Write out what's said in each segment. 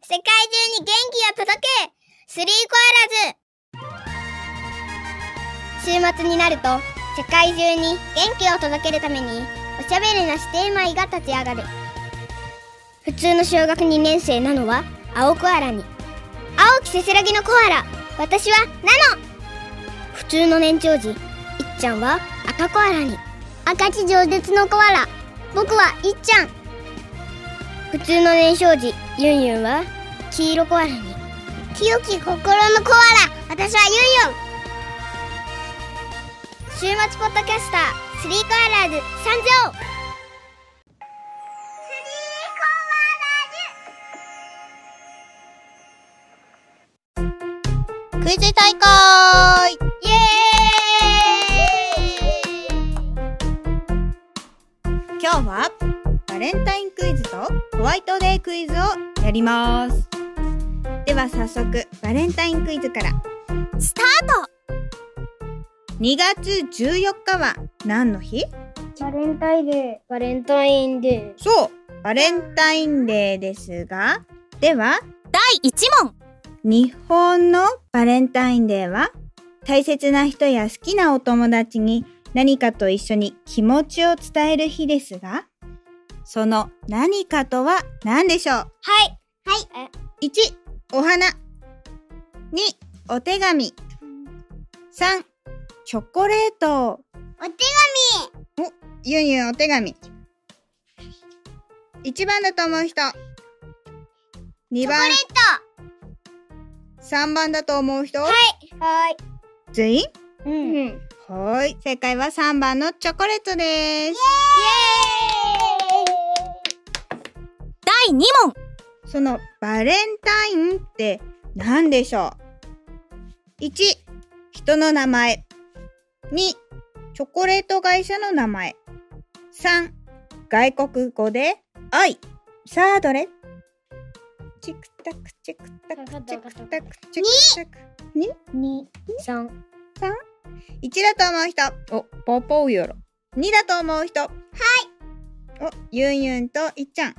世界中に元気を届けスリーコアラズ週末になると世界中に元気を届けるためにおしゃべりな指定米が立ち上がる普通の小学2年生なのは青コアラに青きせせらぎのコアラ私はナノ普通の年長児いっちゃんは赤コアラに赤地上舌のコアラ僕はいっちゃん普通の年少児ユンユンは黄色コアラに清き心のコアラ私はユンユン週末ポッドキャスタースリーコアラーズ参上クイズ大会イエーイ今日はバレンタインクイズとホワイトデークイズをやりますでは早速バレンタインクイズからスタ2月14日は何の日ートバレンタインデーバレンタインデそうバレンタインデーですがでは第1問日本のバレンタインデーは大切な人や好きなお友達に何かと一緒に気持ちを伝える日ですがその何かとは何でしょうはいはい1お花2お手紙3チョコレートお手紙ゆんゆんお手紙1番だと思う人2チョコ番レー3番だと思う人、トはい全員うんイエーイはーい正解は3番のチョコレートです第2問そのバレンタインって何でしょう ?1、人の名前。2、チョコレート会社の名前。3、外国語で愛。さあ、どれチクタク、チクタク、チクタク、チクタク。二三1だと思う人。お、ポーポーよろ。2だと思う人。はい。お、ゆんゆんといっちゃん。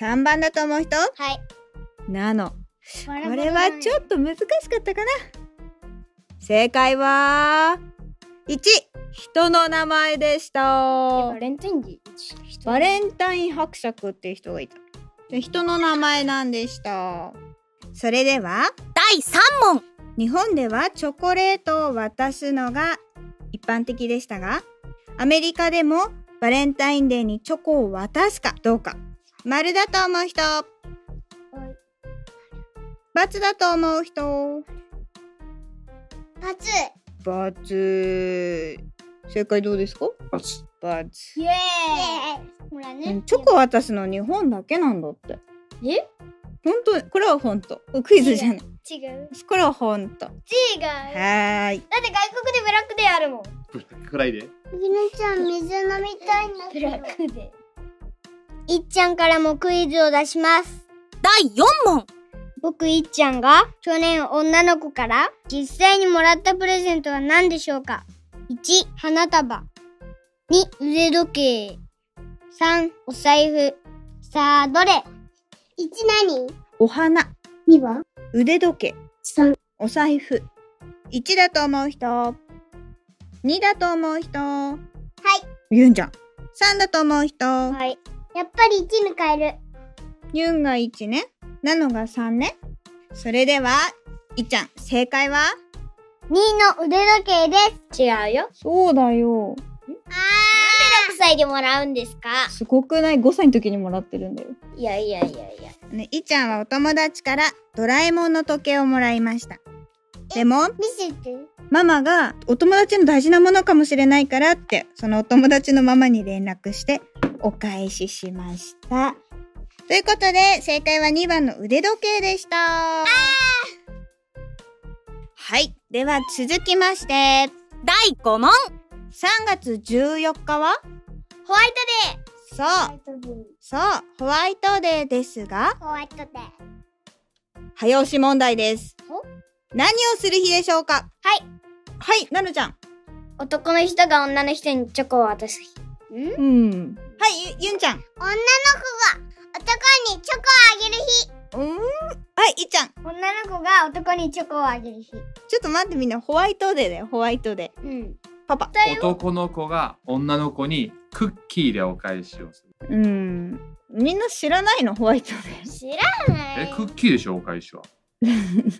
3番だと思う人。はいなの。ここれはちょっと難しかったかな。正解は、1、人の名前でした。レンタインデーバレンタイン伯爵っていう人がいた。で人の名前なんでした。それでは、第3問日本ではチョコレートを渡すのが一般的でしたが、アメリカでもバレンタインデーにチョコを渡すかどうか。丸だと思う人。×だと思う人。パツバツ。正解どうですかバツ。バツ。イエーイほらねチョコ渡すの日本だけなんだって。え本当これは本当。クイズじゃない。違うこれは本当。は違うだーい。って外国でブラックデーあるもんブラックフライデーゆなちゃん水飲みたいなブラックデーいっちゃんからもクイズを出します第4問僕いっちゃんが去年女の子から実際にもらったプレゼントは何でしょうか1花束2腕時計3お財布さあどれ1何お花、 ?2 は腕時計、 3お財布。1だと思う人。2だと思う人。はい。ユンじゃん。3だと思う人。はいやっぱり1抜かえるユンが1ね。ナノが3ね。それでは、いっちゃん、正解は2の腕時計です違うよそうだよ。ああ6歳でもらうんですかすごくない ?5 歳の時にもらってるんだよ。いやいやいやいやね、いっちゃんはお友達からドラえもんの時計をもらいました。でも、見せてママがお友達の大事なものかもしれないからって、そのお友達のママに連絡してお返ししました。ということで、正解は2番の腕時計でした。はい。では続きまして、第5 3問月14日はホワイそう、トデーそう、ホワイトデーですが、ホワイトデー早押し問題ですお。何をする日でしょうかはいはい、なるちゃん。男の人が女の人にチョコを渡す日。女の子うん。はい、ゆ、ゆんちゃん。が男にチョコをあげる日。うーん、いちゃん。女の子が男にチョコをあげる日。ちょっと待ってみんな、ホワイトデーだよ、ホワイトデー。うん。パパ。男の子が女の子にクッキーでお返しをすうる。ん。みんな知らないの、ホワイトデー。知らなえい。、クッキーでしょ、お返しは。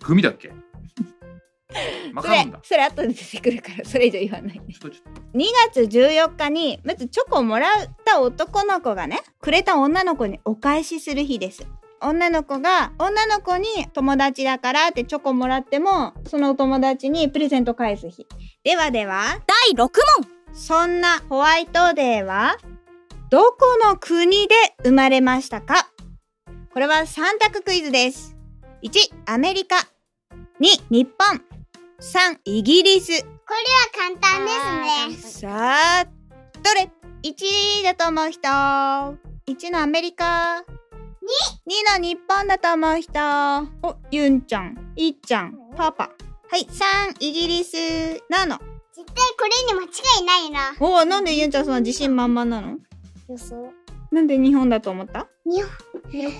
グミだっけマそカロンれだ、。それ後で出てくるから、それ以上言わない。ちょっとちょっと2月14日にまずチョコをもらった男の子がねくれた女の子にお返しする日です女の子が女の子に友達だからってチョコもらってもそのお友達にプレゼント返す日ではでは第6問そんなホワイトデーはどこの国で生まれましたかこれは3択クイズです1アメリカ2日本3イギリス簡単ですね。さあ、どれ ?1 だと思う人。1のアメリカ。2! 2の日本だと思う人。お、ユンちゃん、イちゃん、パパ。はい、3、イギリス、7。絶対これに間違いないな。おお、なんでユンちゃんそんな自信満々なの予想。なんで日本だと思った日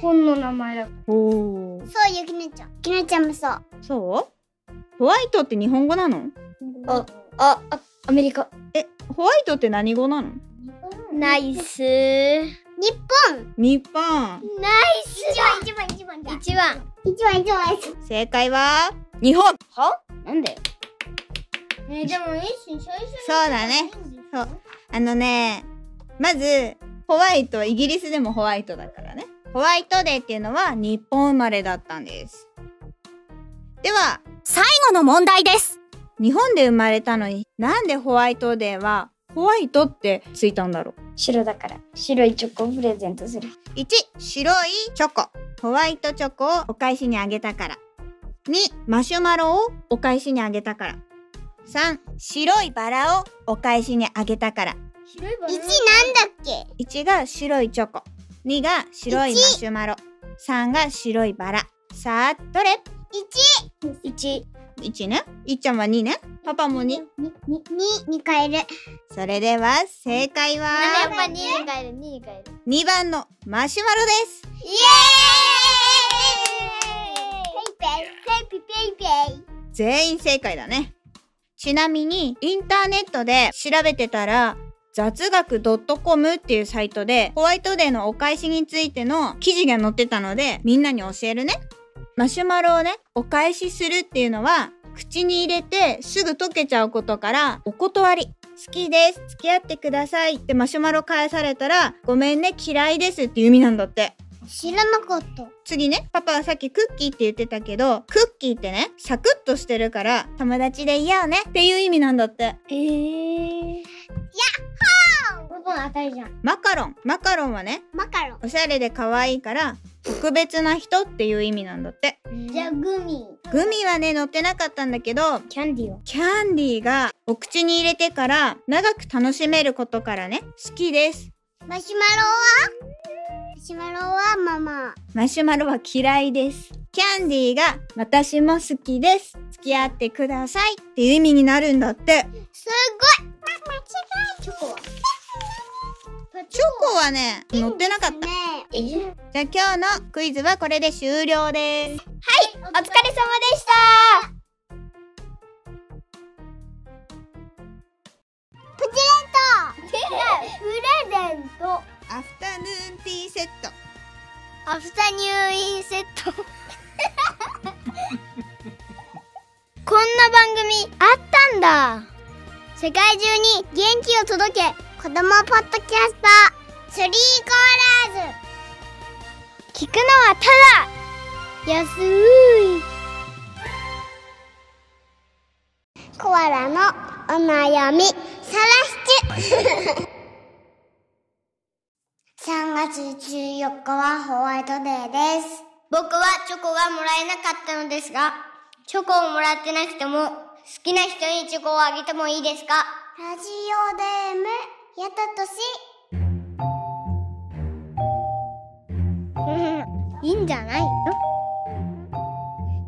本の名前だから。おお。そうよ、きなちゃん。きなちゃんもそう。そうホワイトって日本語なのあ、あ、あアメリカ。え、ホワイトって何語なのナイス。日本。日本。ナイス。一番、一番、一番。一番。一番、一番です。正解は、日本。はなんだよ。えでも、一瞬、最初にそうだね。そう。あのね、まず、ホワイト、イギリスでもホワイトだからね。ホワイトデーっていうのは日本生まれだったんです。では、最後の問題です日本で生まれたのに、なんでホワイトデーは、ホワイトってついたんだろう白だから。白いチョコをプレゼントする。 1白いチョコホワイトチョコをお返しにあげたから2マシュマロをお返しにあげたから3白いバラをお返しにあげたから一なんだっけ。 1が白いチョコ2が白いマシュマロ3が白いバラさあどれ一。一。 ?1 ねいっちゃんは2ねパパも2に、に、に、変える。それでは正解やっはぱ二に変える、二に変える。 2番のマシュマロですイエーイペイペイ、ペイペイ、ペイペイ。全員正解だね。ちなみに、インターネットで調べてたら、雑学 .com っていうサイトで、ホワイトデーのお返しについての記事が載ってたので、みんなに教えるね。マシュマロをね、お返しするっていうのは、口に入れてすぐ溶けちゃうことから、お断り。好きです。付き合ってくださいってマシュマロ返されたら、ごめんね、嫌いですっていう意味なんだって。知らなかった。次ねパパはさっきクッキーって言ってたけどクッキーってねサクッとしてるから友達でいようねっていう意味なんだってええー。やっほー。五本当たりじゃん。マカロンマカロンはねマカロおしゃれで可愛いから特別な人っていう意味なんだってン。じゃあグミ。グミはね載ってなかったんだけどキャンディーは。キャンディーがお口に入れてから長く楽しめることからね好きですマシュマロは？マシュマロはママ。マシュマロは嫌いですキャンディーが私も好きです付き合ってくださいっていう意味になるんだってすごい。間違えチョコは。チョコはね載ってなかったねえ。お疲れ様でじゃあ今日のクイズはこれで終了でしす。た。プ レゼント。プレゼント。アフタヌーンティーセット。アフタニューインセットこんな番組あったんだ世界中に元気を届け子供ポッドキャスタースリーコーラーズ聞くのはただ安いコアラのお悩みさらしちゅ3月14日はホワイトデーです。僕はチョコがもらえなかったのですが、チョコをもらってなくても、好きな人にチョコをあげてもいいですかラジオデーム、やたとし。 いいんじゃないの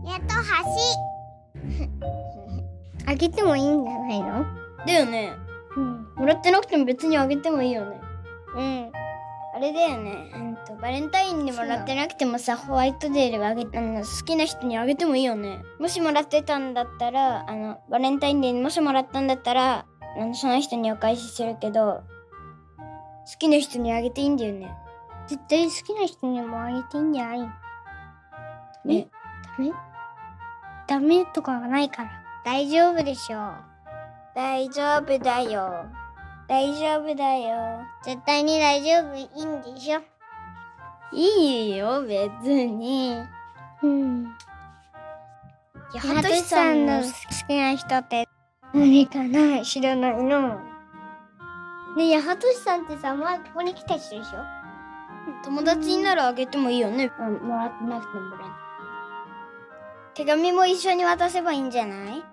やとはし。 あげてもいいんじゃないのだよね。うん。もらってなくても別にあげてもいいよね。うん。ああれだよね、うんと、バレンタインでもらってなくてもさホワイトデーではあげあの好きな人にあげてもいいよねもしもらってたんだったらあのバレンタインデーにもしもらったんだったらあのその人にお返しするけど好きな人にあげていいんだよね絶対好きな人にもあげていいんじゃないメダメダメとかがないから大丈夫でしょう大丈夫だよ大丈夫だよ絶対に大丈夫いいんでしょいいよ別にうん八八幡幡ささんんのの好きな人って何かな知らないのねえ八幡さんってさ前ここに来た人でしょ友達にならあげてもいいよね、うん、もらってなくてもらえ手紙も一緒に渡せばいいんじゃない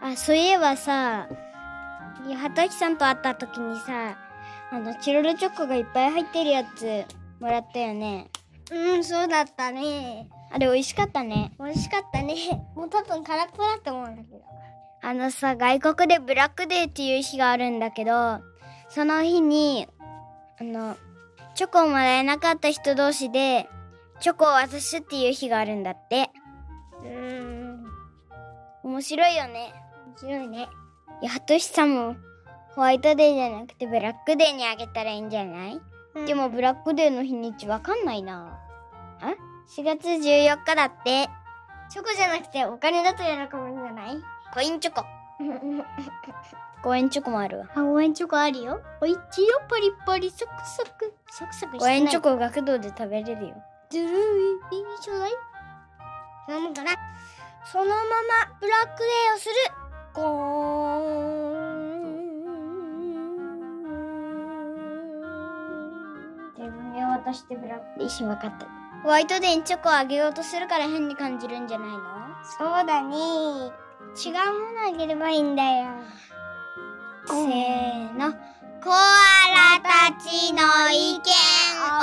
あそういえばさ畑さんと会った時にさあのチロルチョコがいっぱい入ってるやつもらったよねうんそうだったねあれ美味しかったね美味しかったねもう多分空っぽだと思うんだけどあのさ外国でブラックデーっていう日があるんだけどその日にあのチョコをもらえなかった人同士でチョコを渡すっていう日があるんだってうん面白いよね面白いねいやはとしさんもホワイトデーじゃなくてブラックデーにあげたらいいんじゃない、でもブラックデーの日にちわかんないなあ4月14日だってチョコじゃなくてお金だと喜ぶんじゃないコインチョコ五円チョコもあるわあ、応援チョコあるよ。おいちいよ、ポリポリ、サクサク、サクサクして五ない。円チョコ学童で食べれるよドゥルーイ、ちょうだい。なもんかなそのままブラックデーをするゴーン自分が渡してブラックデー一瞬分かったホワイトデーにチョコをあげようとするから変に感じるんじゃないのそうだね違うものあげればいいんだよせーのコアラたちの意見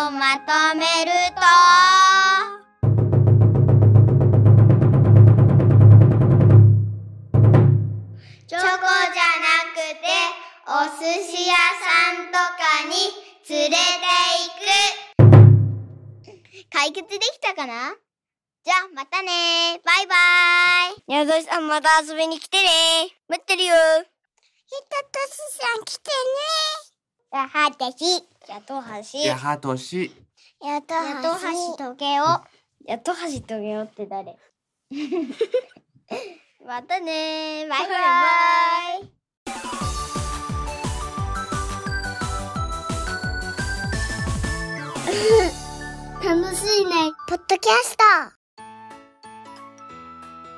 をまとめるとチョコじゃなくてお寿司屋さんとかに連れて行く解決できたかなじゃあまたねバイバイ宮崎さんまた遊びに来てね待ってるよひたとしさん来てねやはたしやとはしやはとし。やとはしとげお。やとはしとげおって誰またねバイバイ。楽しいね。ポッドキャスト。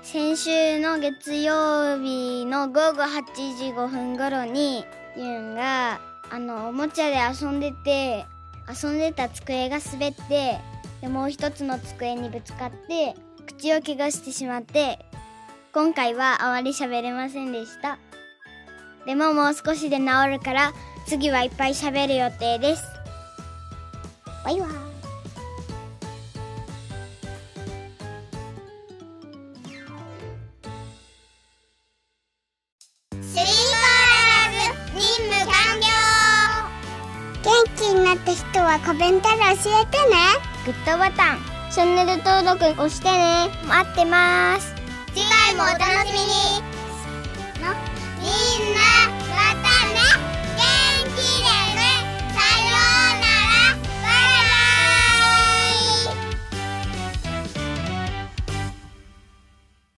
先週の月曜日の午後8時5分頃に、ユンが、あの、おもちゃで遊んでて、遊んでた机が滑ってでもう一つの机にぶつかって口を怪我してしまって今回はあまり喋れませんでしたでももう少しで治るから次はいっぱい喋る予定ですバイバイスリーコーラルズ任務完了元気になった人はコメントで教えてねグッドボタンチャンネル登録押してね待ってます次回もお楽しみに